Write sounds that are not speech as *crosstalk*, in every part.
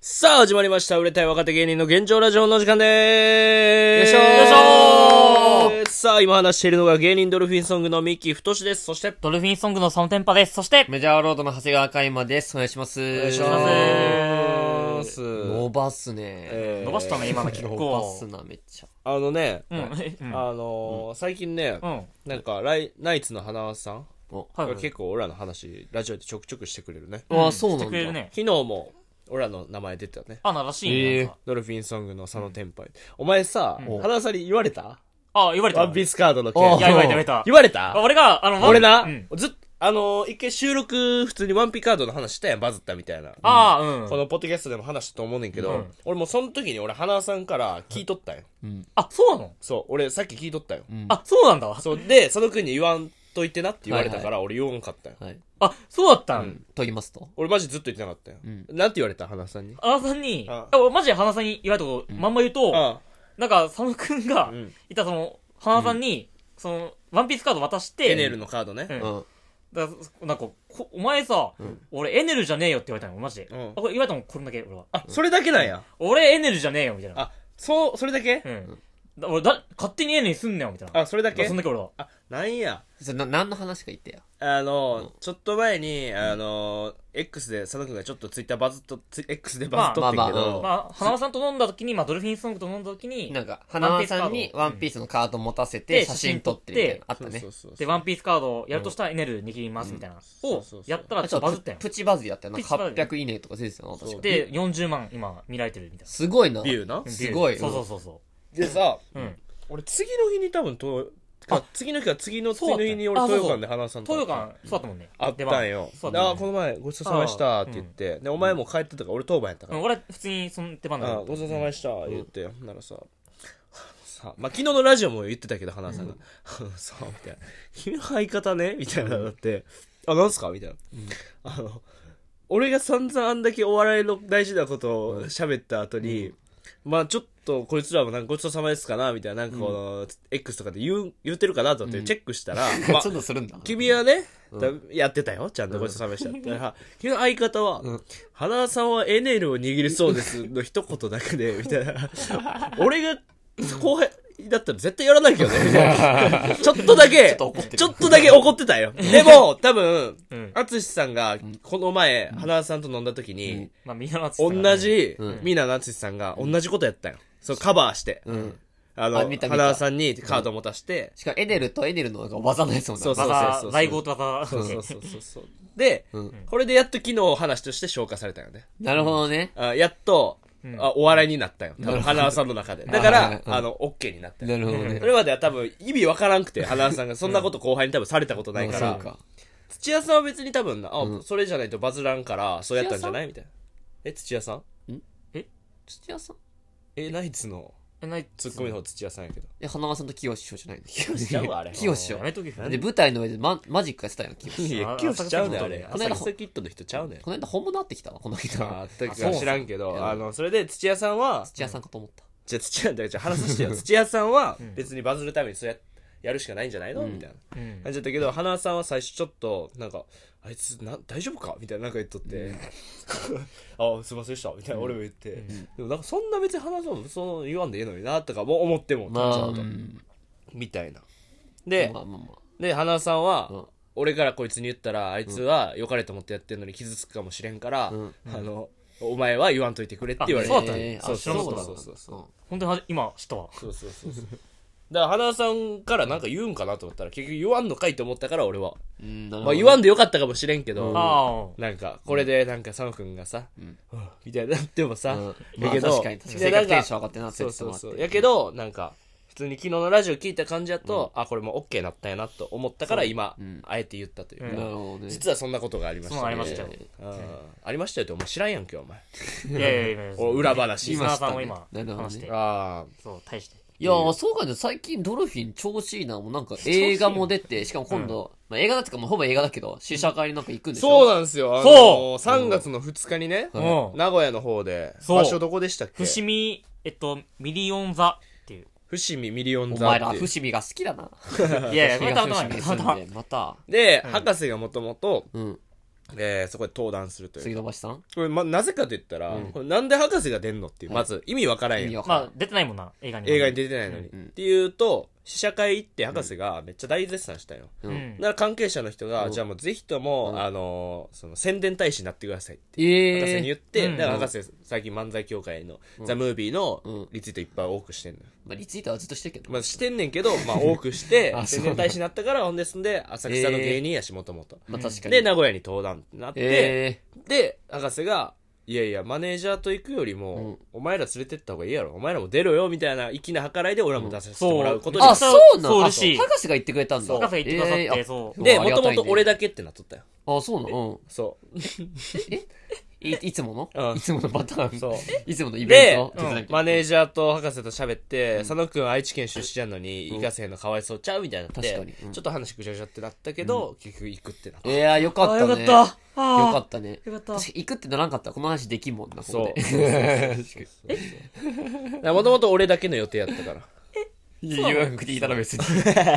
さあ、始まりました。売れたい若手芸人の現状ラジオの時間でーす。よいしょーよいしょーさあ、今話しているのが芸人ドルフィンソングのミキ太志です。そして、ドルフィンソングのサムテンパです。そして、メジャーロードの長谷川海馬です。お願いします。お願お願いしまます。伸ばすね。えー伸ばしたね、今の結伸ばす構。な、めっちゃ。あのね、うん、えうん。あのー最近ね、うん。なんか、ライナイツの花輪さんお、はいはがい。結構俺らの話、ラジオでちょくちょくしてくれるね。ああ、そうしなてんくれるだ。ね。昨日も、俺らの名前出てたね。あ、ならしいね。えーなんかドルフィンソングの佐野天杯。お前さ、うん花輪さんに言われたあ、言われた。ワンピースカードの件。あいや、言われた、言われた。言われたあ俺が、あの、俺な、うんずっあのー一回収録、普通にワンピカードの話したやん、バズったみたいな。ああ、うんこ。のポッドキャストでも話したと思うねんけど、うん俺もうその時に俺、花さんから聞いとったんよ。あ、そうなのそう、俺さっき聞いとったよ。うんあ、そうなんだ。そう、で、佐野くんに言わんといてなって言われたから、俺言わんかったよ。はい。あ、そうだったん。と言いますと。俺マジずっと言ってなかったよ。んなんて言われた花さんに。花さんに、ああマジで花さんに言われたこと、まんま言うと、あなんか、佐野くんがうん、いたその、花さんに、その、ワンピースカード渡して、エネルのカードね。うんうん。だからなんかこ、お前さ、俺エネルじゃねえよって言われたの、マジで。うんあこれ言われたの、これだけ、俺は。あ、それだけなんや。俺エネルじゃねえよ、みたいな。あ、そう、それだけ、うん。だ俺だ、勝手にエネルにすんなよ、みたいな。あ、それだけそんだけ俺は。あ、なんや。それな、何の話か言ってや。あの、ちょっと前に、あの、X で、佐野くんがちょっとツイッターバズっと、ツイ X でバズっとってんけまあまあまあど、まあ、花輪さんと飲んだ時に、まあ、ドルフィンソングと飲んだ時にな、んか、花輪さんにワンピースのカード持たせうてん写真撮ってみたいな。あったねそう。そうそうで、ワンピースカードをやるとしたらエネル握ります、みたいな。うんをそうそう、そうやったらあちょっとバズったよプ。チバズやったよな。プチバズ800いいねとか出てたな、確かで、40万今見られてるみたいすごいな。ビューなな。すごい。そうそうそうそでさ、う。うん。俺次の日に多分と、か次の日か次の次の日に俺あそう東だ洋館で話さんと東洋館、そうだったもんね。あったんよ出番。そうだあったこもんのね。前ごちそうさまでしたって言って、で、お前も帰ってたから俺当番やったかうらん、、俺、普通にその手番だあよごちそうさまでした言って、ほんならさ、さ *laughs* まあ、昨日のラジオも言ってたけど、花さんが。 *laughs* さあ、みたいな。君の相方ねみたいなのだって、あ、なんすかみたいな。あの、俺が散々あんだけお笑いの大事なことを喋った後に、まあちょっとこいつらもなんかごちそうさまですかなみたいな、なんかこの、X とかで言う、言ってるかなと思ってチェックした *laughs* ら、まあちょっとするんだ。君はね、だやってたよ。ちゃんとごちそうさま *laughs* でしたって。は君の相方は、花輪さんはエネルを握りそうですの一言だけで、みたいな。俺が後輩だったら絶対やらないけどね、みたい *laughs* な。ちょっとだけ、ちょ怒ってるっとだけ怒ってたよ。でも、多分うん、淳さんがこの前、花輪さんと飲んだ時に、まあ、みんなのやつだからね同。じうん、みななつさんが同じことやったよ。そう、カバーして。うん。ああの、見た見た花輪さんにカード持たして、しかも、エネルとエネルのなんか技のやつもんなそうそう技、そう在合と技。そうそうそうそうそう。で、うんこれでやっと昨日話として消化されたよね。なるほどね。あやっと、うんあお笑いになったよ。多分花輪さんの *laughs* 中で。だかはいら、うんあの、OK になったよ。なるほどねそ。れまでは多分意味わからんくて、花輪さんがそんなこと後輩に多分されたことないかそうら、か。土屋さんは別に多分な、あ、それじゃないとバズらんから、そうやったんじゃないみたいな。え、土屋さん土屋さんえ、ナイツのえ、ない、ツッコミの方土屋さんやけど。え、花輪さんと清志師匠じゃないの清志ちゃうわあれ *laughs* 清志師や匠めとけよ。で、舞台の上でママジックやってたよ、清志師匠いや、あ今日しちゃうね、あれ。浅草キッド浅草キッドの人ちゃうね。この間本物あってきたわ、この間あ。、とかあそう知らんけど、うんあの、それで土屋さんは、土屋さんかと思った。じゃあ土屋、だからじゃあ話させ *laughs* てよ。土屋さんは別にバズるためにそうや、やるしかないんじゃないのみたいなうん感じだったけど、花輪さんは最初ちょっと、なんか、あいつ、な、大丈夫かみたいななんか言っとって、 *laughs* あ、すいませんでした。みたいな俺も言って。でもなんかそんな別に花輪さんもその言わんでええのにな、とかも思っても、まあ、うちゃんとんみたいな。でま、あまあまで、花輪さんは、うん俺からこいつに言ったら、あいつは良かれと思ってやってるのに傷つくかもしれんから、うんあの、お前は言わんといてくれって言わあ。れて。えそうだったねえーそうあ知らなかっそたうそうそうそう本当には今知ったわ。そうそうそうそう。だから、花さんからなんか言うんかなと思ったら、結局言わんのかいと思ったから、俺は。うん、まあ、言わんんでよかったかもしれんけど、うんああ。なんか、これでなんか、佐野くんがさ、はぁみたいになってもさ、うんやけど、まあ確かに確かにいや性格テンション上がってなってそう言ってそもうらってそう。やけど、なんか、普通に昨日のラジオ聞いた感じだと、あ、これもう OK なったんやなと思ったから、今、うんあえて言ったといううんなるか、ほどね。実はそんなことがありましたそうありましたよ。うんありましたよって、お前知らんやんけ、お前。いやいやいやいや。お裏話。リスナーさんを今今知ったねなるほどね話して。ああ。そう、大して。いやー、そうかね。最近ドルフィン調子いいな。もうなんか映画も出て、しかも今度、まあ映画だってか、まあほぼ映画だけど、試写会になんか行くんでしょそうだなんですよ。あのそうー !3 月の2日にね、うんうん。名古屋の方で、そう場所どこでしたっけ伏見、えっと、ミリオンザっていう。伏見ミリオンお座前っら、ていう。伏見が好きだな。いやいや、これたまた伏まや、見たにま住たまんで、また。で、博士がもともと、うん。えーそこで登壇するとい杉う。戸橋さんこれ、ま、なぜかと言ったら、うんこれなんで博士が出んのっていう、はいまず意味わからん意やん味わまかんないあ、出てないもんな、映画に。映画に出てないのに。うんっていうと、試写会行って博士がめっちゃ大絶賛したよ。ううんん。なら関係者の人が、うんじゃあもうぜひとも、うんあのーその宣伝大使になってくださいって、ええ博士に言って、うんだから博士最近漫才協会の、ザ・ムービーうんのリツイートいっぱい多くしてんのよ、まあ、リツイートはずっとしてるけど。まあ、してんねんけど、 *laughs* まあ、多くしてあそう宣伝大使になったからほんですんで浅草の芸人やしもともとまあ、確かに。で名古屋に登壇ってなって、えで博士がいやいやマネージャーと行くよりも、うんお前ら連れてった方がいいやろお前らも出ろよみたいな粋な計らいで俺らも出させてもらうことえにあ、しそうなんそうあらしい博士が言ってくれたんだ。そう博士が言ってくださってえーそあうであもりがとたもいねと俺だけってなっとったよあ、そうなのそううん。いい *laughs* つもうのんいつものパターン。そう。 *laughs* いつものイベントでうん手伝いマネージャーと博士と喋って、佐野くん愛知県出身なのに、行かせへんのかわいそうちゃうみたいになって、確かにうんちょっと話ぐちゃぐちゃってなったけど、結局行くってなった。いやー、よかあ、よったかっね。た。よああ。かったね。よかった確かに行くってならんかったらこの話できんもんな、ここで。もともと俺だけの予定やったから。 *laughs* いや *laughs* 言わなくていいだろ、別 *laughs* に。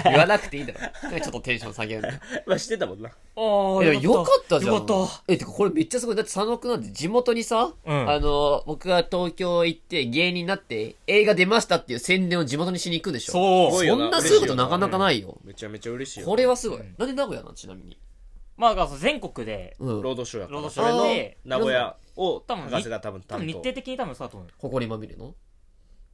言わなくていいだろ。なんかちょっとテンション下げるんだ。まあしてたもんな。ああ、えでもよかったじゃん。よかった。え、てかこれめっちゃすごい。だって佐野くんなんて地元にさ、うんあの、僕が東京行って芸人になって映画出ましたっていう宣伝を地元にしに行くんでしそょすごうい。そんなすごいことなかなかないよ。めちゃめちゃ嬉しいよ。これはすごいうん。なんで名古屋なんちなみに。まあ、だから全国で、うん。 *laughs* ロードショーやから。ロードシそョーれので名古屋を多分博士が多分多担分日当程。的に多分そうだと思うよ。誇りまみれの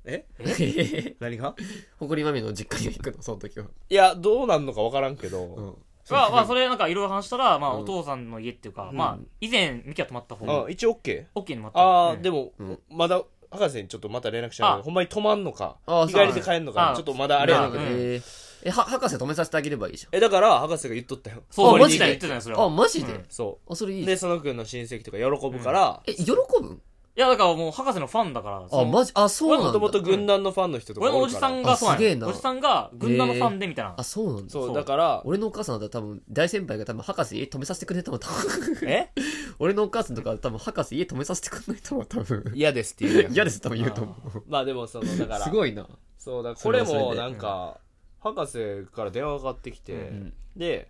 え誇何がりまみれの実家に行くの、その時は。いや、どうなんのかわからんけど、うん。まあ、まあ、それなんかいろいろ話したら、まあ、うんお父さんの家っていうか、んまあ、以前、ミキは泊まった方あが、一応 OK? オッケーにもらった。ああ、でも、も、うんまだ、博士にちょっとまた連絡しないあほんまに泊まんのかあ、日帰りで帰んのかあ、ちょっとまだあれやねんけうどん。えーえ、は博士止めさせてあげればいいじゃん。え、だから、博士が言っとったよ。そあう、ママジジでで言ってたよ、それは。あ、マジうでんそ。あ、それいういで、ね。佐野くんの親戚とか喜ぶから、え、喜ぶんいや、だからもう、博士のファンだから、そあ、のマジあ、そうなんだ。もともと軍団のファンの人とか俺のおおるじかさら。んが、そうなんあすげえなやおじさんが、軍団のファンで、みたいなあ、。そうなんだ。そ、そううだから、俺のお母さんは多分大先輩が多分博士家止めさせてくれたの多分え *laughs* 俺のお母さんとか多分博士家止めさせてくんないと思う多分 *laughs* 嫌ですっていうやん。嫌です多分言うと思まあでも、そ *laughs* の、だかうら、すごいなそう、だからそこれれはそれでも、なんか、博士から電話がかかってきてん、で、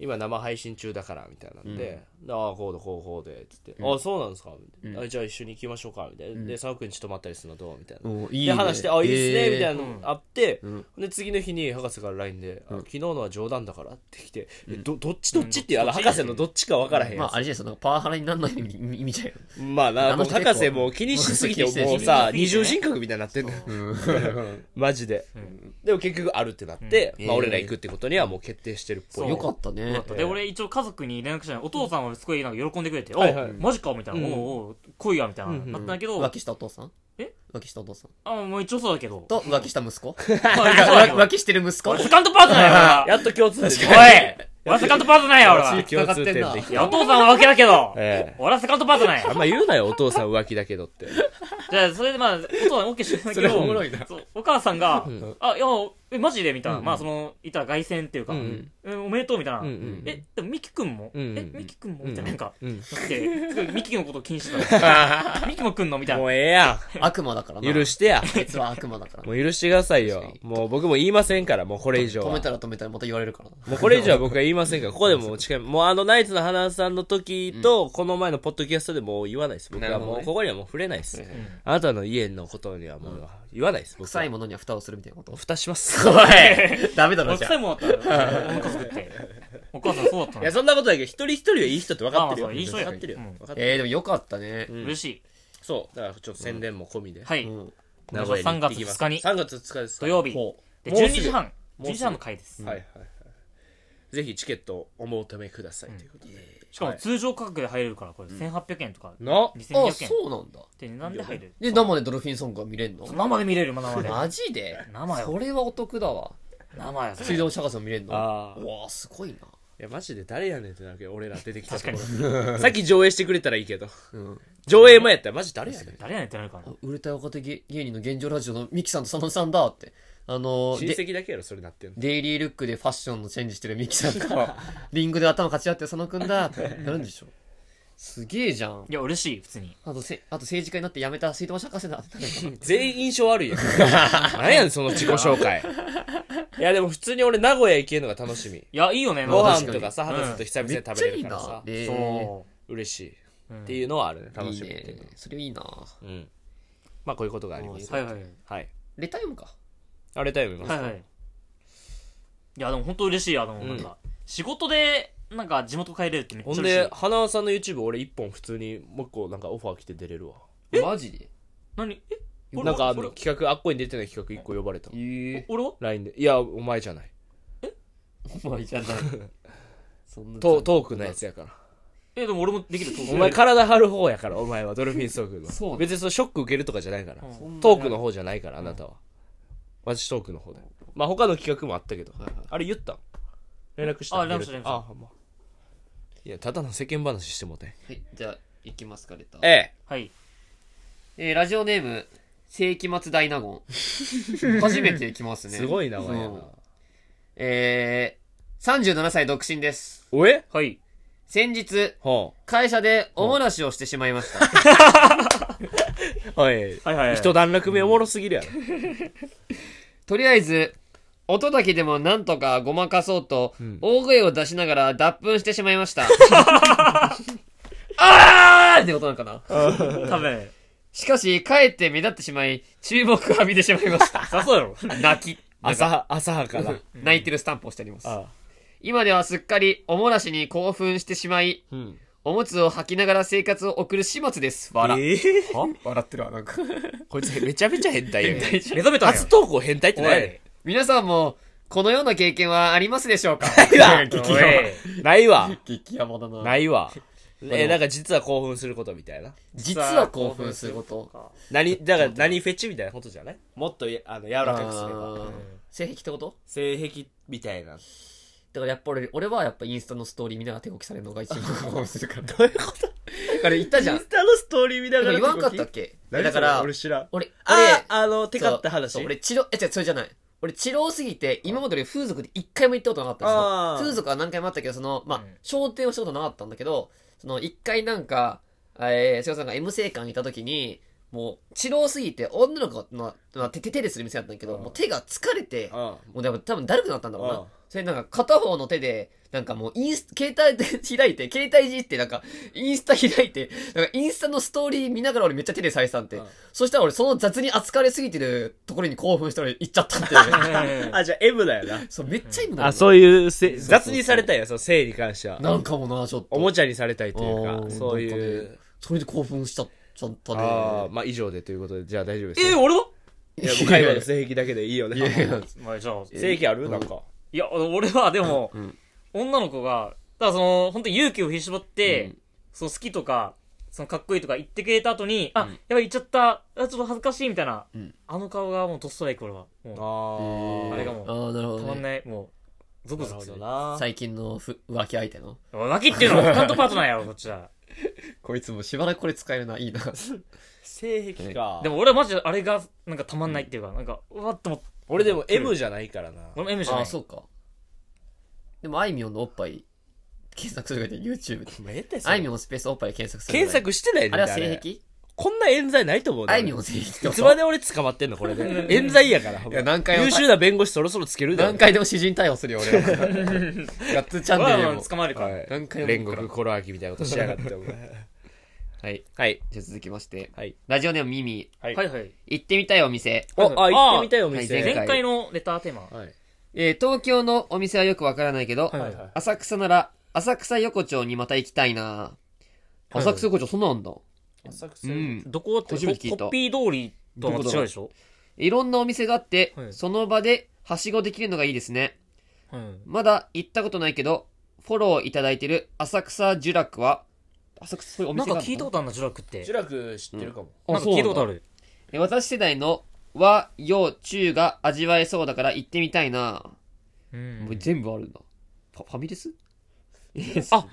今生配信中だから、みたいなんで、ああ、こうだ、こう、こうで、つって、ああ、そうなんですかみたいなあじゃあ一緒に行きましょうか、みたいな。で、佐野くんち泊まったりするのどうみたいな。おいいで、ね話して、あ、いいですね、みたいなのあって、んで、次の日に博士から LINE で、あ昨日のは冗談だからって来て、えど、どっちどっちっていう、あの、博士のどっちか分からへんえーやつまああれじゃないそのパワハラになんない意味意味じゃんよまあな、あもうの人結構博士もう気にしすぎて、気にしてもうさ、気二にしす重ぎてね人格みたいになってんのよ。マジで。でも結局あるってなって、うんまあえー俺ら行くってことにはもう決定してるっぽそうい。よかったねで、俺一応家族に連絡したのお父さんはすごいなんか喜んでくれて、はいはいおマジかみたいな、うんおうおう来いやみたいな、うんうんなったんだけど、浮気したお父さんえ浮気したお父さんあ、もう一応そうだけ *laughs* ど。と浮気した *laughs* 息子まあ一応そうだけど *laughs* 浮気してる息子俺セカンドパートナーや、やっと共通点で。俺は。おい俺セカンドパートナーや、俺は。い共通点できや、おた。父さんは浮気だけど、ええ俺はセカンドパートナーあやん。ま言うなよ、お父さん浮気だけどって。じゃあ、それでまあ、お父さん OK してたんだけそれおもどろいな、そうお母さんが、あ、いや、え、マジでみたいな、まあ、その、いたら凱旋っていうか、うんえおめでとうみたいなうんうん。え、でもミキ君もうんうんえ、ミキ君もみたいな、なんか、うん。だって、すごいミキのことを気にしてたの。ミキも来んのみたいもな。うええや悪魔だからん。な許してや。あいつは悪魔だからもう許してくださいよ確。かもう僕も言いませんから、もうこれ以上止はめ。たら止めたらまた言われるからなもうこれ以上は僕は言いませんから、ここでもう近い。もうあのナイツの花さんの時と、この前のポッドキャストでもう言わないです。僕なはるほどもうねここにはもう触れないです。うんあなたの家のことにはもう言わないです。僕は臭いものには蓋をするみたいなこと蓋します。 *laughs* ダメだろ俺じゃ臭いあもんだったら、俺の家族って。お母さんそうだったいのや、。そんなことないけど、一人一人はいい人って分かってるよ。まあまあそういい人分やかってるようん。分かってる。えーでもよかったねうん嬉しい。そう。だからちょっと宣伝も込みで。はうい。ん名古屋に行ってきます。 3月2日3月2日ですか土ら。曜日。ほで、もうすぐ12時半。もうすぐ12時半の回です。はいはいはい。ぜひチケットをお求めくださいということで。しかもはい通常価格で入れるから、これ1800円とかな2200円。あそうなんだで、値段で入れる。で生でドルフィンソングが見れるの生で見れる、生で。マジで生よそれはお得だわ生や、そ水れ。道シャカさん見れるのうあわーあすごいないや、マジで誰やねんってなるけど、俺ら出てきたと確かこに。ろ。さっき上映してくれたらいいけど。うん上映前やったらマジ誰やねん。誰やねんってなるからな。売れた若手芸芸人の現状ラジオのミキさんと佐野さんだってあの親ーで戚だけやろ、それなってんの。デイリールックで *laughs* ファッションのチェンジしてるミキさんとリングで頭勝ち合ってる佐野くんだってなるんでしょすげえじゃん。いや、嬉しい、普通に。あとせ、あと政治家になって辞めた水道橋博士だ。全員印象悪いやん。 *laughs* 何やねん、その自己紹介。いや、でも普通に俺名古屋行けるのが楽しみ。いや、いいよね、ごまあ飯とかさ、確かに博士と久々に食べれるからさ、めっちゃいいな。えそ嬉しい。う。っていうのはあるね、ー楽いいしみっていうねのは。。それいいな。うん。まあ、こういうことがあります。はいはい。はい。レタイムか。あれタイムますはいはい。いや、でも本当嬉しい。あの、んなんか、仕事で、なんか地元帰れるってめっちゃほん嬉しいで、。花輪さんの YouTube 俺一本普通にもう一個なんかオファー来て出れるわ。マジで何え俺なんかあんの俺企画、あっこに出てない企画一個呼ばれた。え俺は LINE で。いや、お前じゃない。ー。まあ、いいじゃない。 *laughs* そんな。トトークのやつやから。え、でも俺もできる。トークお前体張る方やから、お前は、ドルフィンソークの。そうだ別にそのショック受けるとかじゃないから。うんそんなトークの方じゃないから、あなたは。私トークの方で。まあ他の企画もあったけど。はいはいあれ言ったん連絡したんあ連絡した連絡したあ、まあ。いや、ただの世間話してもうて。はい、じゃあ、行きますか、レター。えはい。えーラジオネーム、世紀末大納 *laughs* 言。初めて来ますえ。ね。すごい名前やそなう。えー、37歳独身です。おえはい。先日、ほ会社でおもらしをしてしまいました。う。はい。はいはいはい一段落目おもろすぎるやろ。 *laughs* とりあえず、音だけでもなんとかごまかそうと、大声を出しながら脱粉してしまいま *laughs* した。あーってことなのかな多分、しかし、帰って目立ってしまい、注目を浴びてしまいました。さそうや *laughs* ろ。泣き。朝、朝はから。泣いてるスタンプをしてあります。あ今ではすっかりおもらしに興奮してしまい、うん。おむつを履きながら生活を送る始末です。笑。ええ笑ってるわ、なんか。こいつめちゃめちゃ変 *laughs* 態やん。目覚めたんや初。投稿変態っておいな。皆さんも、このような経験はありますでしょうかわ激おいヤいないわ。マ。激ヤマだなないわ。え、なんか実は興奮することみたいな。実は興奮すること。何、だから何フェチみたいなことじゃないもっとやあの柔らかくすれば。性癖ってこと性癖みたいな。だからやっぱ俺、俺はやっぱインスタのストーリー見ながら手こきされるのが一番興奮するから。どういうことあれ言ったじゃん。でタのストーリー見なも言わんかったっけだから、俺、知らん。俺、あ、あの、テそうカった話。そう俺、治療、え、違う、それじゃない。俺、治療すぎて、今まで俺風俗で一回も行ったことなかったんですあよー。風俗は何回もあったけど、その、まあうん、焦点をしたことなかったんだけど、その、一回なんか、えー、瀬尾さんが M 生館にいた時に、もう、治療すぎて、女の子の、まあ、手、手手でする店だったんだけど、うんもう手が疲れて、もあうでも多分だるくなったんだろううんな。それなんか片方の手で、なんかもうインスタ、携帯で開いて、 *laughs* 携帯いじってなんか、インスタ開いて、なんかインスタのストーリー見ながら俺めっちゃ手で再三ってうん。そしたら俺その雑に扱われすぎてるところに興奮したら行っちゃったって *laughs* いう。あ、じゃあ M だよな。そう、めっちゃ今あ、そういうせ、雑にされたいよ、その性に関しては。なんかもな、ちょっおと。もちゃにされたいというか、あーそういなんかねう。それで興奮しちゃちゃったね。ああ、まあ以上でということで、じゃあ大丈夫です。え、俺はいや、もう会 *laughs* 話の性癖だけでいいよね。まあじゃあ、性癖あるなんか。いや、俺はでも、女の子が、だからその、本当に勇気を振り絞って、その好きとか、そのかっこいいとか言ってくれた後に、あ、やばい言っちゃった、あ、ちょっと恥ずかしいみたいな、うんあの顔がもうドストライク俺は。もああれがもうああ、なるほう、たまどんね。ない、もう、ゾクゾクする。な最近のふ浮気相手の。浮気っていう *laughs* のはカントパートナーやろ、こっちは。こいつもしばらくこれ使えるな、いいな。性癖か。でも俺はマジであれが、なんかたまんないっていうか、なんか、うわっと思って、俺でも M じゃないからな。俺も M じゃあなあ、い。そうか。でも、あいみょんのおっぱい、検索するだけで YouTube で。めであいみょんスペースおっぱいで検索するぐらい。検索してないねあれはだ性癖こんな冤罪ないと思うねあいみょん性癖いつまでで俺捕まってんのこれで。冤罪やから。や何回も優秀な弁護士そろそろつけるで。何回でも詩人逮捕するよ、俺は。ガッツチャン俺ネはまルでもあ。捕まえるから。はい何回も煉獄コロアキみたいなことしやがって、お前はい。 *laughs* はい。じゃあ続きまして。はい。ラジオネームミミ。はいはいはい。行ってみたいお店。お、あ、行ってみたいおはい店。前前回のレターテーマ。はい。えー東京のお店はよくわからないけど、はいはい浅草なら、浅草横丁にまた行きたいな浅草横丁、そんなんだ。浅草うん。どこって初めて聞いコたコピー通りとはまた違うでしょいろんなお店があって、はいその場ではしごできるのがいいですね。うん。まだ行ったことないけど、フォローいただいてる浅草聚楽は、浅草そういうおなん店かがあるの聞いたことあるな、ジュラクってジ。ュラク知ってるかも。なんか聞いたことあ。る。え私世代の和、洋、中が味わえそうだから行ってみたいな、うんもう全部あるんだ。ファファミレスあ、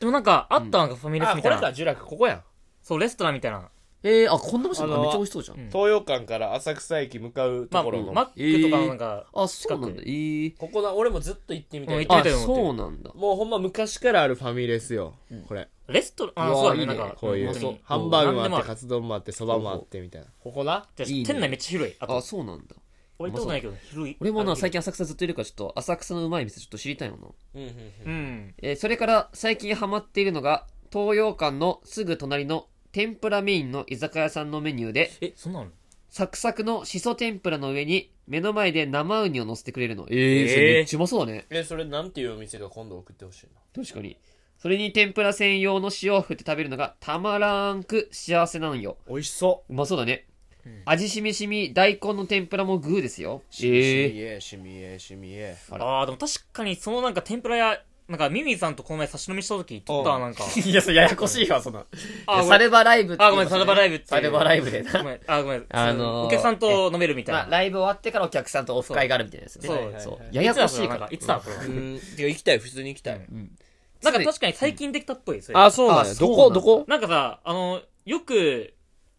でもなんか、あったなんかファミレスあ、みこたいれな。か、ジュラク、ここやん。そう、レストランみたいな。えー、あ、こんな場所あめっのちゃ美味しそうじゃん。うん東洋館から浅草駅向かうまとあ、ころの、マックとかのなんか、あ、そうなんだ。えー、ここだ俺もずっと行ってみたい行ってみあたい、と思ってるそうなんだ。もうほんま昔からあるファミレスよ、これレストラン、あ、うわそうだね、いいなねんか、こういう本当にハンバーグも何あでもっあてるカツ丼もあってそばもあってみたいなここなじゃあいいね店内めっちゃ広い。あとあ、、そうなんだ。俺行ったことないけど、広い。俺もな、最近。近浅草ずっといるから、ちょっと浅草のうまい店ちょっと知りたいよな。うんうんうんうん。えーそれから最近ハマっているのが、東洋館のすぐ隣の天ぷらメインの居酒屋さんのメニューで、え、そんなのサクサクのしそ天ぷらの上に、目の前で生ウニを乗せてくれるの。ええーー、それめっちゃうまそうだね。えそれなんていうお店が今度送ってほしいな確かに。それに天ぷら専用の塩を振って食べるのがたまらんく幸せなんよ。美味しそうまそうだね。ん味しみしみ、大根の天ぷらもグーですよ。しみえしみえしみえあらああ、でも確かに、そのなんか天ぷら屋、なんかミミさんとこの前差し飲みした時撮ったうわ、んなんか。いや、それややこしいわ、そんな。あ、ごめサん。ルバライブってあ、言ごいめん、ましたサねルバライブって。サルバライブでなごめん、あ、ごめん。 *laughs* あのーお客さんと飲めるみたいまあ、な。ライブ終わってからお客さんとオフ会があるみたいなやつね。そうはいそうはいはいややこしいから。いつだこれは。いつだこれはうんいや行きたい普通に行きたい、うん常なにんか確かに最近できたっぽい、それ。あそうなんあやそどうなこんだどこなんかさ、あの、よく、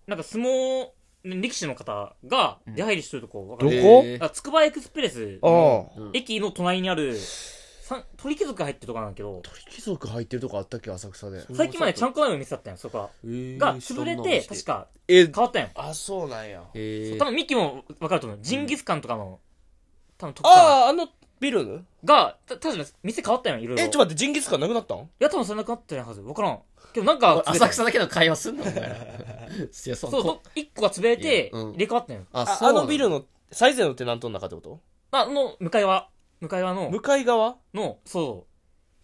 なんか相撲、力士の方が出入りしてるとこ、わかどるこえーあつくばエクスプレス、ああうん駅の隣にある、さん鳥貴族が入ってるとこなんだけど、鳥貴族入ってるとこあったっけ浅草で最近までちゃんこ鍋の店だったんよ、そこは。が、潰れて、確か、え変わったんよ。あそうなんやえ多分ミキもわかると思う。ジンギスカンとかの、多分特産あああのビルが、た確か店変わったんよ、いろいろ。えちょっと待いってジンギスカンなくなったんや、多分それなくなってないはず。わからん。けどなんか、浅草だけの会話すんのお *laughs* 前らいやそそう、こど一個が潰れて、うん入れ替わったんよ。ああそうあなのビルのの最前のテナントの中ってことあの、向かいは、向かいはの向、かい側の、そ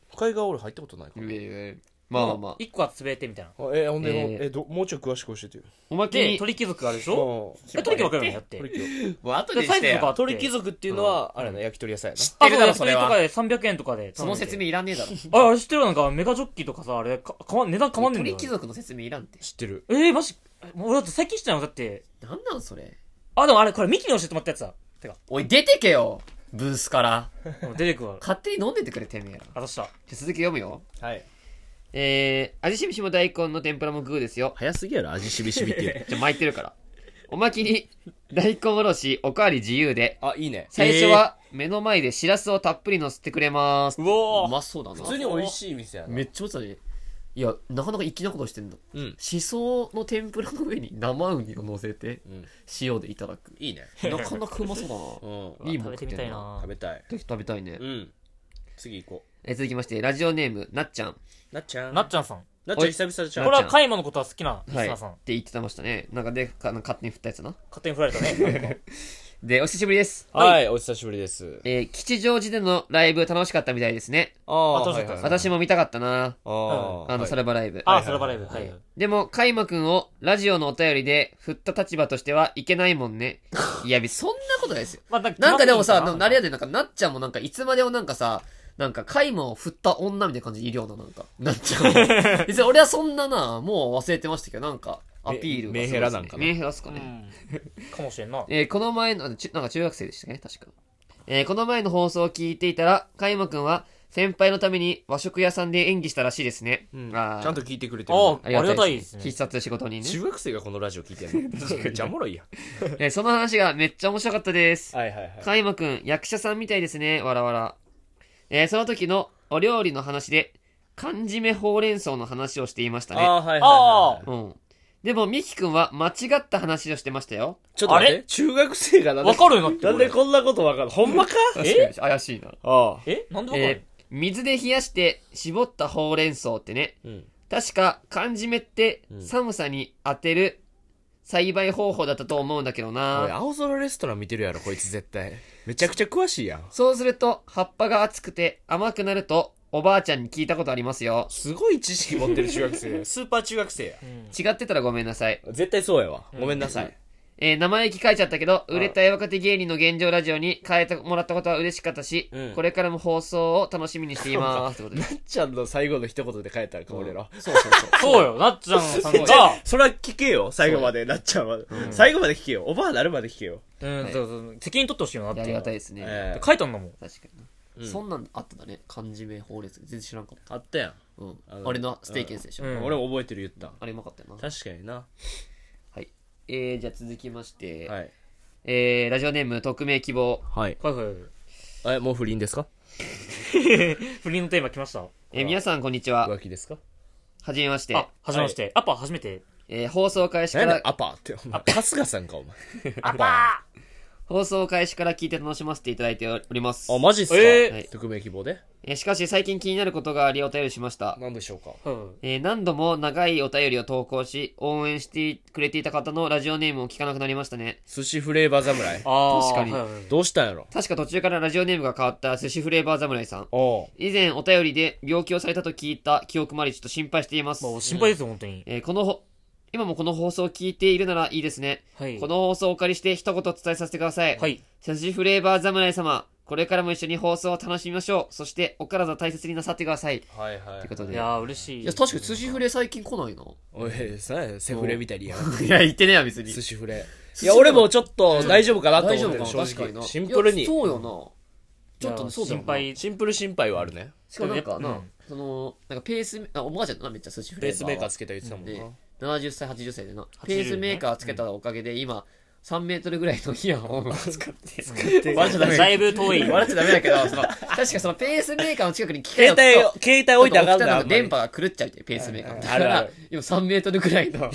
う。向かい側俺入ったことないかいらやいやいやまあまあまあ一個は潰れてみたいな。あえほんで、えーえどもうちょい詳しく教えてよおまけで、に鳥貴族があるでしょそえ、鳥貴族わかるよね、だって。鳥貴もう後で、サイズとかあって。鳥貴族っていうのは、あれやな焼き鳥屋さんや知っあ、てそるう、だろ安そ売れりとかはで300円とかで。その説明。いらねえだろあ、知ってるなんか、メガジョッキーとかさ、あれ、か、かわん、値段変わんねえんだ鳥よ。貴族の説明いらんってな知ってるえー、マジ、もう俺だって最近知ったのだって。なんなんそれあ、でもあれ、これミキに教えてもらったやつだ。てか、おい出てけよブースからでも出てくわ。勝手に飲んでてくれてめえらあ、どうした。続き読むよはいえー、味しみしも大根の天ぷらもグーですよ早すぎやろ味しびしびって *laughs* じゃ巻いてるからおまけに大根おろしおかわり自由であいいね最初は目の前でしらすをたっぷりのせてくれますうわうまそうだな普通に美味しい店やなめっちゃ美味しそうだねいやなかなか粋なことしてんだうんしその天ぷらの上に生ウニを乗せてうん塩でいた *laughs* だくいいねなかなかうまそううんだないいも食んべ食てみってんたいなな食べたいぜひ食べたいねうん次行こえ続きましてラジオネームなっちゃんうなっちゃんなっちゃんさん。なこっちゃん久々じゃれんなっは、カイマのことは好きなリスはいナーっさん。て言ってましたねなんかでか勝手に振ったやつな勝手に振られたね。なんかでお久しぶりですはいお久しぶりですえー吉祥寺でのライブ楽しかったみたいですねあああ確かに私も見たかったなああのサルバライブあ、サラバライブ。はい。でも、カイマくんをラジオのお便りで振った立場としてはいけないもん *laughs* ね。いや、別にそんなことないですよ。まあ、なんなんかでもさ、ななんあれやで、なんか、なっちゃんもなんか、いつまでもなんかさ、なんか、カイマを振った女みたいな感じでいるような、なんか、なっちゃん。別に俺はそんなな、もう忘れてましたけど、なんか、アピールがすごいですねメンヘラなんかなメンヘラっすかうね。ん。かもしれんな。えーこの前の、ちゅなんか中学生でしたね、確か。えーこの前の放送を聞いていたら、カイマくんは、先輩のために和食屋さんで演技したらしいですね。うんあーちゃんと聞いてくれてあるありがたいです必ね。殺仕事にね。中学生がこのラジオ聞いてるのめっちゃおもろいやんえーその話がめっちゃ面白かったです。はいはいはいカイマくん、役者さんみたいですね。わらわら。えーその時のお料理の話で、缶詰ほうれん草の話をしていましたね。あーはいはいはいあはいうん。でも、ミキくんは間違った話をしてましたよ。ちょっと待っあて中学生がなんでわかるようになってなんでこんなことわかるほんまかえ怪しいな。ああえなんでわかるえー水で冷やして絞ったほうれん草ってね、うん確か缶詰ってうん寒さに当てる栽培方法だったと思うんだけどおいな。青空レストラン見てるやろこいつ絶対めちゃくちゃ詳しいやんそうすると、葉っぱが熱くて甘くなると、おばあちゃんに聞いたことありますよ。すごい知識持ってる中学 *laughs* 生スーパー中学生やうん違ってたらごめんなさい。絶対そうやわごめんなさいえー生意気書いちゃったけど、売れたい若手芸人の現状ラジオに変えてもらったことは嬉しかったし、うんこれからも放送を楽しみにしてい *laughs* ます。ってことでなっちゃんの最後の一言で変えたら変わるやろ *laughs* そうそうそう。そうよ、なっ *laughs* ちゃんさんじゃがあ、それは聞けよ最後までなっちゃんは最後まで聞けよおばあなるまで聞けようん、そうそう責任取ってほしいよなっいやて。ありがたいですね。え書いたんだもん。確かに、そんなんあったんだね。漢字名法列。全然知らんかった。あったやんうん。ああのれな、ステーキンスでしょ。うん俺覚えてる言ったあれうまかったよな。確かになえー、じゃあ続きまして、はい。えー、ラジオネーム、匿名希望。はい。はいはいはい。え、もう不倫ですか不倫のテーマ来ました。えー皆さん、こんにちは。浮気ですかはじめまして。あ、初めまして。アッパー初めて。えー放送開始か何やねんら、アパーって。お前、春日さんか、お前。アあ放送開始から聞いて楽しませていただいておりま *laughs* す。あ、マジっすかえー匿名希望でえーしかし、最近気になることがありお便りしました。何でしょうかーはいはいえー何度も長いお便りを投稿し、応援してくれていた方のラジオネームを聞かなくなりましたね。寿司フレーバー侍。あー確かにはいはいはいどうしたんやろ確か途中からラジオネームが変わった寿司フレーバー侍さん。おう以前お便りで病気をされたと聞いた記憶もありちょっと心配しています。まあ、心配ですよ、本当に。えーこのほ、今もこの放送を聞いているならいいですね。はい。この放送をお借りして一言伝えさせてください。はい。寿司フレーバー侍様、これからも一緒に放送を楽しみましょう。そして、お体大切になさってください。とはいはいいうこといで。やー、嬉しい。いや確かに寿司フレ最近来ないな。おい、さあ、セフレみたいにやる。 *laughs* いや、言ってねえわ、別に寿司フレ。い司や、俺もちょっと大丈夫かなと大思丈って夫る、かな確正かにな。直。シンプルいにや。そうよな。ちょっとねそうだよな心。配。シンプル心配はあるね。しかもなんかな、うんその、なんかペース、あおばあちゃんだな、めっちゃ寿司フレベーーバースは。メーカーつけた言ってたもんでな。 70歳、80歳でな。 80ペースメーカーつけたおかげで、今、3メートルぐらいのイヤホンを使 *laughs* って。笑っちゃダメだいぶ遠い。笑っちゃダメだけ *laughs* ど、その、確かそのペースメーカーの近くに機械携を置くと帯を、携帯置いてあかんなんな。かあ置んくまとり電波が狂っちゃうっていうペースメーカー。だあかるあらる、今3メートルぐら *laughs* いのホン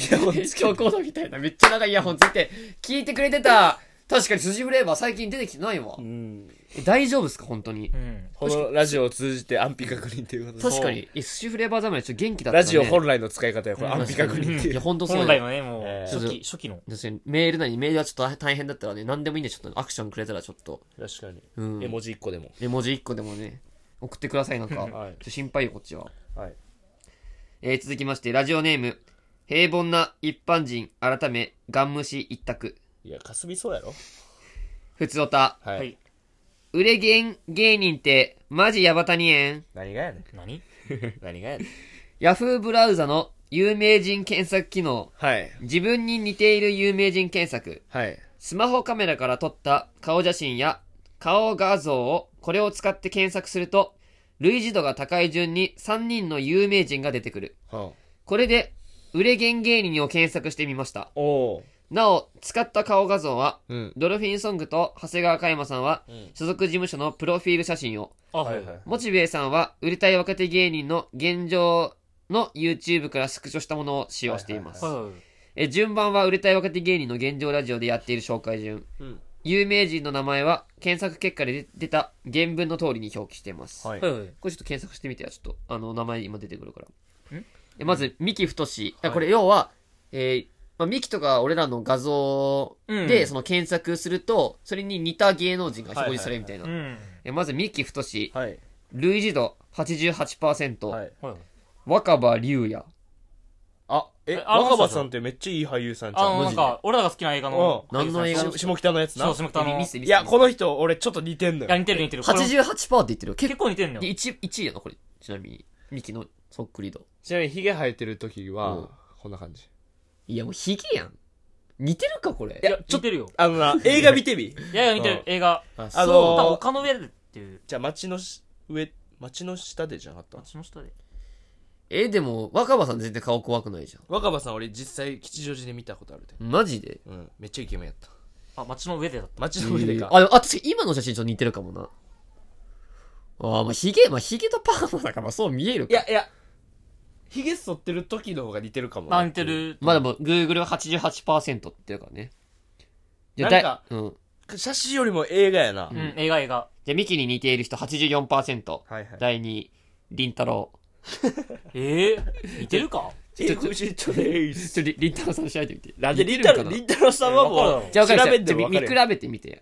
超高度みたいな、めっちゃ長いイヤホンついて、聞いてくれてた。確かに筋フレーバー最近出てきてないわう。ん。え大丈夫ですか本当にう。ん。このラジオを通じて安否確認ということで確かに。え、寿司フレーバー侍ちょっと元気だったね。ラジオ本来の使い方や、これ安否確認っていいや、う。本当そう本だ来よ。のね、もうえ、ー初期、初期の。確かにメールなり、メールはちょっと大変だったらね、何でもいいんで、ちょっとアクションくれたらちょっと。確かに。うん絵文字1個でも。絵文字1個でもね、送ってください、なんはか。いちょっと心配よ、こっちは。はい。えー続きまして、ラジオネーム、平凡な一般人、改め、ガン虫一択。いや、かすみそうやろふつおた。は。はいい。売れ芸芸人って、マジヤバタニエン。何がやねん。何何がやねん。ヤフーブラウザの有名人検索機能。はい。自分に似ている有名人検索。はい。スマホカメラから撮った顔写真や顔画像をこれを使って検索すると、類似度が高い順に3人の有名人が出てくる。はこれで、売れ芸芸人を検索してみました。おおなお、使った顔画像は、う。うん。ドルフィンソングと長谷川香山さんはうん、所属事務所のプロフィール写真を、あ、ははいいはい。モチベイさんは、売れたい若手芸人の現状の YouTube からスクショしたものを使用しています。はえ、順番は売れたい若手芸人の現状ラジオでやっている紹介順。うん。有名人の名前は、検索結果で出出た原文の通りに表記しています。はいい。はいはい。これちょっと検索してみてや、ちょっと、あの、名前今出てくるからん。えまず、三木太志。あこれ、要は、えーまあ、ミキとか俺らの画像うで、んその検索すると、それに似た芸能人が表示されるみたいなう。ん。えまず、三木太志。はい。類似度88%。はい。はい。若葉龍也。あ、え、えあ若葉さんってめっちゃいい俳優さんじあゃん。の、なんか、俺らが好きな映画の。うん何の映画そし下北のやつう、な。下北の。見いせて見いせてや、この人、俺ちょっと似てんのや、よ。似てる似てる。これも88%って言ってるよ。結結構似てるの構、よ。 1, 1位やな、これ。ちなみに。ミキのそっくり度。ちなみに、ヒゲ生えてる時うんは、こんな感じ。いや、もうヒゲやん。似てるか、これ。いや、似てるよ。あ *laughs* のな、映画見てみ。いやいや、似てる。映画。ああ多分のー、丘の上でっていう。じゃあ、街のし上、街の下でじゃなかった街の下で。え、でも、若葉さん全然顔怖くないじゃ若葉さん、俺実際、吉祥寺で見たことあるで。ん。マジでうん。めっちゃイケメンやった。あ、街の上でだっ街の上であ、か。でも、あ、確かに今の写真ちょっと似てるかもな。あーまあ、ヒゲ、まあ、ヒゲとパーマだから、まあ、そう見えるか。い、やいや、ヒゲ剃ってる時の方が似てるかもた。なあ、似て。る。まあでも、Google は88%って言ってるからね。じゃあ、なんだかいうん。写真よりも映画やな。うん、映画映画。じゃあ、ミキに似ている人84%。はいはい第2位、りんたろう。ええ似てるかちょっと、ちょっと、ちょ、りりんたろうさん調べてみて。なんでりんるたかろなりんたろさんはもう、じゃあ、調わかるべじてゃあじゃもあ見分見か比る。べてみて。じゃ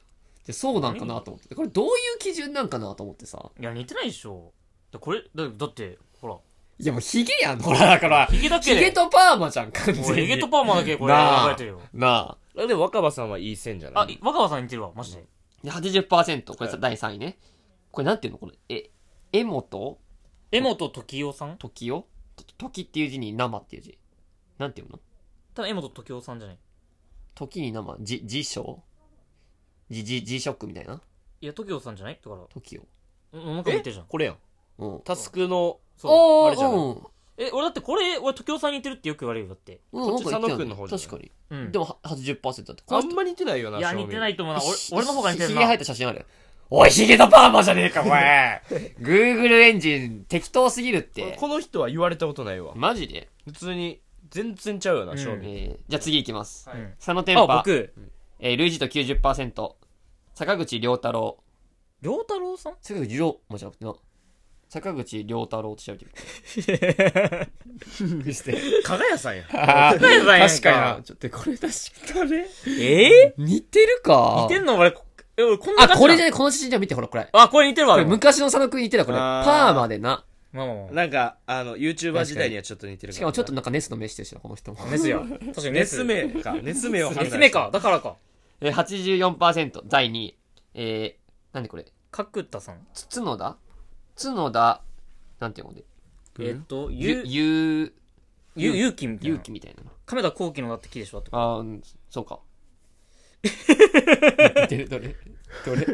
あ、そうなんかなと思って。これ、どういう基準なんかなと思ってさ。いや、似てないでしょ。だこれ、だだって、ほら。いや、もうヒゲやん、ほら、だから。ヒゲだけヒゲとパーマじゃん、完全おいに。ヒゲとパーマだけこれなあ選ばれてるよ。なあ。でも若葉さんはいい線じゃなあい、若葉さん似てるわ、マジで。で、80%。これはさ、い第3位ね。これなんていうのこれ、え、えもと、江本時生さんときよとときっていう字に生っていう字。なんていうの多分江本時生さんじゃない。ときに生、じ、辞書じ、じ、辞書クみたいないや、時生さんじゃないだからときよ。うん、なんか似てるじゃん。これやん。うん。タスクの、そう。おあれじゃんうんえ、俺だってこれ、俺、時雄さんに似てるってよく言われるよ、だって。うん、なんか言って佐野たくよんのね方じゃない確かに。うん。でもは80%だって。あんま似てないよな、いや、正味似てないと思うな。俺、ひ俺の方が似てるひげな。生えた写真ある。おい、ヒゲのパーマじゃねえか、お前 Google エンジン適当すぎるっこて。この人は言われたことないわ。マジで、普通に、全然ちゃうよな、うん正え味。ーじゃあ次行きます。はい佐野天あ、パ、 *laughs* 僕、えー、ルイジと90%、坂口良太郎、良太郎さん坂口良、もちろんな。坂口良太郎って調べてみて。して。加賀屋さんや。確かになちょっとこれ確かに。え似てるか似てんの俺、こえ俺こんなあ、感じこれじじゃね、この写真じゃ見て、ほら、これ。あ、これ似てるわ。こでれも昔の佐野くん似てるわ、これ。あーパーマでな。まあまあま *laughs* あ。なんか、あの、YouTuber 時代にはちょっと似てるしらかもちょっとなんかネスの飯でした、この人も。ネスや。確かにネネス。ス。名か。ネス名を判断ネしスたメか。。だからか。えー、84%、第2位。えー、なんでこれ角田さん。つ、つのだつのだ、なんていうので。えっと、ゆゆ、、ゆ、ゆ、ゆうきみたいゆうなき。みたいな。亀田光輝のだって木でしょだってあー、うんそう *laughs* か。似てる、どれどれ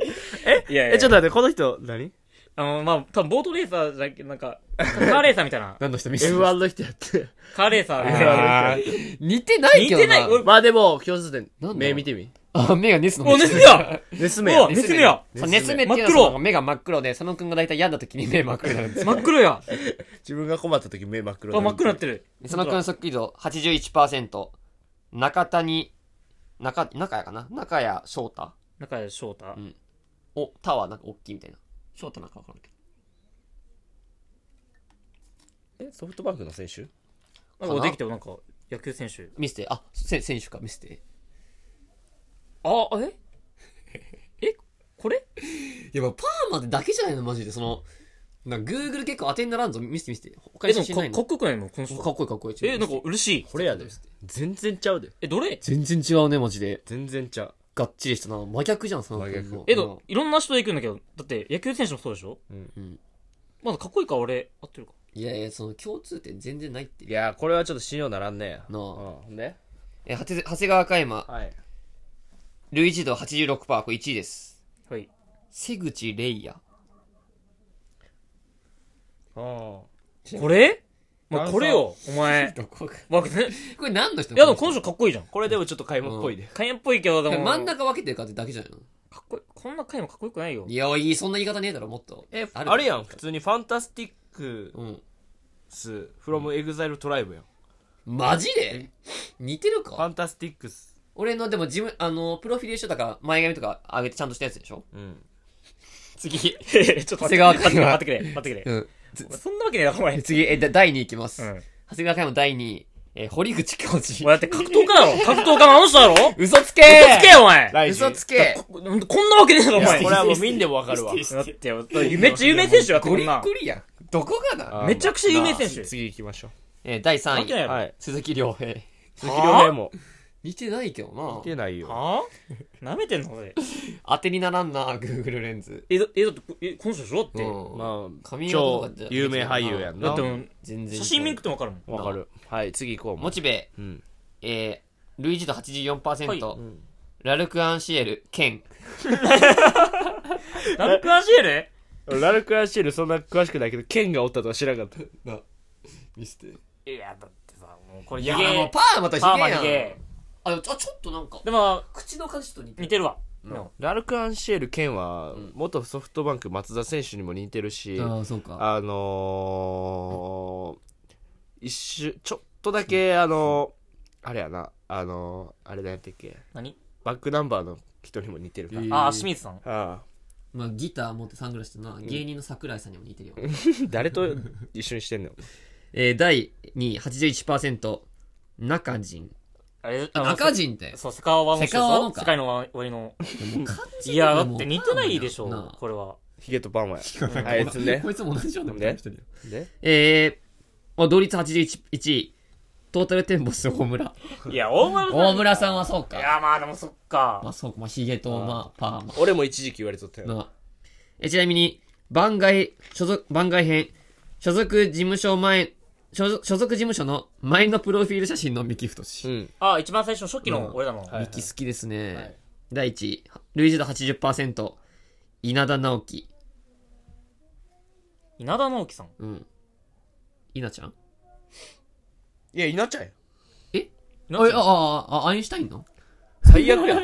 いやえ、ちょっと待って、この人、何あの、まあ、多分ボートレーサーじゃなくて、なんか、カーレーサーみたいな。何の人見せてる ?M1 の人やって。カーレーサーみたいな。あー似てない似けどてない。俺、まあでも、共通点なんだ、目見てみ。あ、目がネスのお、ネスやネス名おや。ネスメやそうネス目って真いうっの黒はその目が真っ黒で、佐野くんが大体病んだ時に目真っ黒になるんですよ。真っ黒や自分が困った時目真っ黒あ、真っ黒になっなてる。佐野く *laughs* んそっくり度81%、中谷、中、中谷かな中谷翔太中谷翔太。お、タワーなんか大きいみたいな。ショートなんかわかるけど。え、ソフトバンクの選手なんかできたよ、なんか、野球選手。見せて、あ、せ選手か、見せて。あ、ええこれいや、まあパーマでだけじゃないの、マジで。その、なんか、グーグル結構当てにならんぞ。見せて見せて。他え、にで写も真ないか、かのっこよくないもん、この人。かっこいいかっこいい。え、なんか、嬉しい。これやで。全然ちゃうで。え、どれ全然違うね、マジで。全然ちゃう。がっちりしたな。真逆じゃん、その真逆え、ど、いろんな人で行くんだけど、だって、野球選手もそうでしょうん。まだかっこいいか、俺、合ってるか。いやいや、その共通点全然ないってい。やー、これはちょっと信用ならんねなあうん。ねえ、はて長谷川嘉山、はい。類似度86%、これ1位です。はい。瀬口レイヤ。あこれまダンサあ、ーこれよ、お前。こわけね。れ何の人いや、でもこの人かっこいいじゃん。これでもちょっと買い物っぽいで。カインっぽいけど、でも。真ん中分けてるかってだけじゃないのかっこいい。こんな回もかっこよくないよ。いや、いい、そんな言い方ねえだろ、もっと。え、あれやん。普通にファンタスティックうん。ス、フロムエグザイルトライブやん。マジで似てるファかンタスティックス。俺の、でも自分、あの、プロフィール書だから前髪とか上げてちゃんとしたやつでしょうん。次。ちょっと長谷川待って君は待ってくれ、待ってくれ。うん。そんなわけねえだろ、お前。次、え、だ第2位いきます。うん。長谷川嘉山第2位。えー、堀口教お授。前だって格闘家だろ格闘家のあの人だろ嘘嘘つけつけよ、お前ライジン嘘つけここん *laughs* なわけねえだろ、おいや前。これはもう見んでもわかる *laughs* わ。だってよ、めっちゃ有名選手やってゴこリんなッ。ゴリやん。どこがなあーめちゃくちゃ有名選手まあ次行きましょう。えー、第わ3けない位。やろ。はい。鈴木亮平。鈴木亮平も。似てないけどな見てないよ。はぁ舐めてんの俺。当てにならんな、Google レンズ。え、だえだって、え、この人でしょだって。うんまあ髪、型超とかじゃ有名俳優やんだなって。もう、全然。写真見んくてもわかるもん。わかる。はい、次行こう。モチベ、うん。えー、類似度84%、はんラルク・アンシエル、ケン。ラルクアンシエルラルク・アンシエルそんな詳しくないけど、剣がおったとは知らなかった。な、見せて。いや、だってさ、もうこれいヒやゲー、もうパーマとヒパーマゲやヒん。ゲ。あ、ちょちょっとなんか、でも、口の感じと似て似る。てるわ。ラルク・アンシエル剣は、元ソフトバンク松田選手にも似てるし、あ、そうか。あのー、一瞬、ちょっとだけ、あのー、あれやな、あのー、あれ何やったっけ、何バックナンバーの人にも似てるから。えーあー、清水さん。ああまあ、ギター持ってサングラスしてな、芸人の桜井さんにも似てるよ。 *laughs* 誰と一緒にしてんのえー、第2位、81%、中人。あれ、あの中人って。そう、セカオワの人でしょセカオワのか世界の終わりの。もう完全いにや、だもっうて似てないでしょパーマやんな、これは。ヒゲとパンマや。はい、つねこ。いつも同じようなことやってるよ。でえー、まあ、同率81位、トータルテンボス大村。いや、大村さん。大村さんはそうか。いや、まあでもそっかまあ。そうか、まあヒゲと、まあパーマ俺も一時期言われとったよ。な。え、ちなみに、番外、所属、番外編、所属事務所前、所属所属事務所の前のプロフィール写真のミキ太うし。ん。あ、一番最初の初期の俺らの。いミキ好きですね。はい第1位、類似度80%、稲田直樹。稲田直樹さん。うん。稲ちゃんいや、稲ちゃんや。なんえかあ、あ、あ、アインシュタインの最悪や。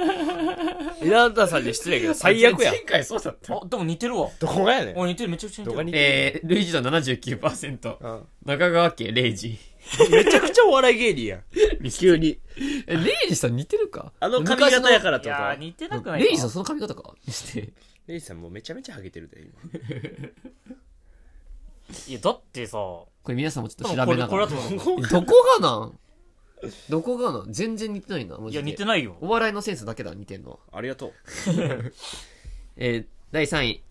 稲田さんに失礼 *laughs* やけど、最悪や。前回そうだった。あ、でも似てるわ。どこがやねん。俺似てる、めちゃくちゃ似どてこる。に、えー、ルイージと79%。うん中川家、レイジ。めちゃくちゃお笑い芸人やん。急に。え、レイジさん似てるか。あの髪型やかららっいてことやはー、似てなくないかレイジさんその髪型かして。レイジさんもうめちゃめちゃハゲてるで、今。いや、だってさ、これ皆さんもちょっと調多べ分これ、これながら。だと思う。どこがなんどこがなん全然似てないな、マいジや、で。似てないよ。お笑いのセンスだけだ、似てんのは。ありがとう。えー、第3位。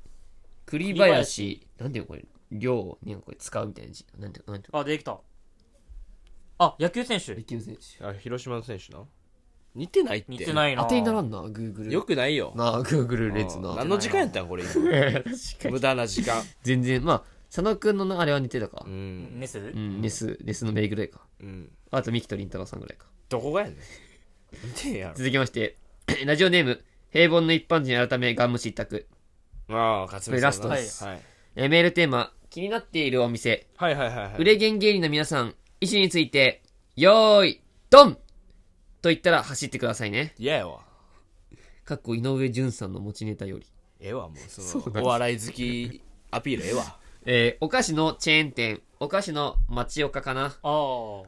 栗林。なんていうのこれ、量、ね、これ使うみたいな字。なんていうのなんていうあ、できた。あ、野球選手の。野球選手。あ、広島の選手な。似てないって。似てないな。当てにならんな、Google。よくないよ。なあ、Google レッズな。何の時間やったんこれ今無駄な時間 *laughs* 全然、まあ、佐野くんのなあれは似てたかう。んメスうん、ネス、ネスのメぐらいか。うんあと、ミキとリンタロウさんぐらいか。どこがやねん見てんや続きまして、 *clears throat* ラジオネーム、平凡の一般人改めガンムシ一択。ろああ勝、これラストですはい、えーメールテーマ、気になっているお店。はいはいはいはい売れ弦芸人の皆さん、意思について、よーい、ドンと言ったら走ってくださいね。嫌やわかっこ井上淳さんの持ちネタより。ええわもうそうなそんのだお笑い好きアピールええわえーお菓子のチェーン店、お菓子の町岡かなあー。あー、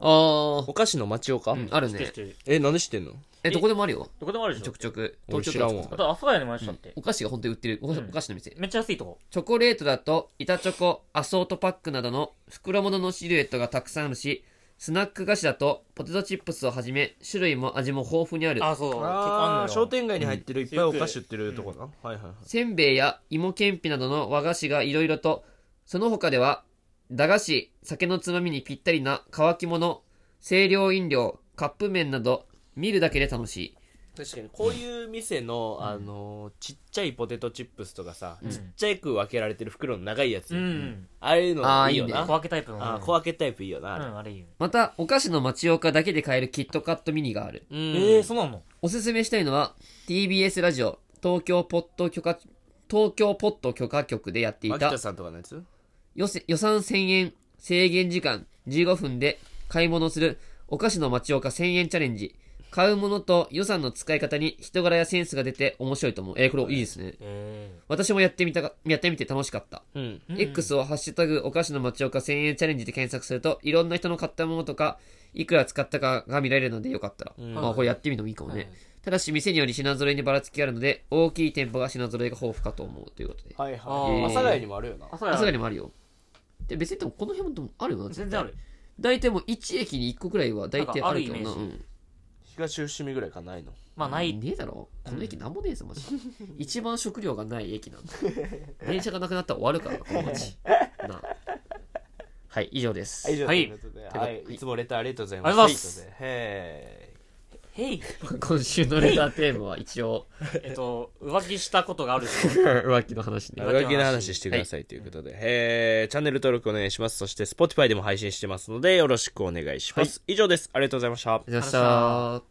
お菓子の町岡、うん、ある知ってる知ねっ。てるえ何してんのえ、どこでもあるよ。どこでもあるでしちょょく。ちょく。俺東知京ら都んとわかあと、阿佐ヶ谷にもありましたって。お菓子が本当に売ってる、お菓子お菓子の店。めっちゃ安いとこ。チョコレートだと、板チョコ、アソートパックなどの袋物のシルエットがたくさんあるし、スナック菓子だと、ポテトチップスをはじめ、種類も味も豊富にある。あ、そう。結構あんの商よ。店街に入ってるいっぱいお菓子売ってるとこな、はいはいはいせんべいや芋けんぴなどの和菓子がいろいろと、その他では、駄菓子、酒のつまみにぴったりな乾き物、清涼飲料、カップ麺など、見るだけで楽しい。確かにこういう店の、あのーちっちゃいポテトチップスとかさ、ちっちゃく分けられてる袋の長いやつ、うん。ああいうのいいよあなーいい小分けタイプの。あー小分けタイプいいよな、あうれん、あれいいよ。また、お菓子の町岡だけで買えるキットカットミニがある。うんええ、そうなのおすすめしたいのは、TBS ラジオ、東京ポッド許可、東京ポッド許可局でやってい秋た田、さんとかのやつ予せ予算1000円、制限時間15分で買い物するお菓子の町岡1000円チャレンジ。買うものと予算の使い方に人柄やセンスが出て面白いと思う。えーこれいいですね。え私もやってみたか、やってみて楽しかった。うん、 X をハッシュタグお菓子の町岡1000円チャレンジで検索すると、いろんな人の買ったものとか、いくら使ったかが見られるのでよかったら。んまあこれやってみてもいいかもね。ただし、店により品揃えにばらつきがあるので、大きい店舗が品揃えが豊富かと思うということで。はいあーはい阿佐ヶ谷にもあるよなえ。阿佐さすヶが谷にもあるよ。で別にでもこの辺もでもあるよな。全然ある。大体もう1駅に1個くらいは大体あるけどななんかあるイうん東伏見ぐらいかないのまあ、ない。ねえだろこの駅なんもねえぞ *laughs* マジ一番食料がない駅なんだ電車がなくなったら終わるからこの *laughs* 町なあはい以上です以上はいということでということはでいいつもレターありがとうございますありがとうございますとうことでへへい。今週のレターテーマは *laughs* 一応えっと、浮気したことがある人。浮気の話ーねい浮気の話してくださいということで、えーチャンネル登録お願いします。そして、Spotify でも配信してますので、よろしくお願いします。以上です。ありがとうございました。じゃあさ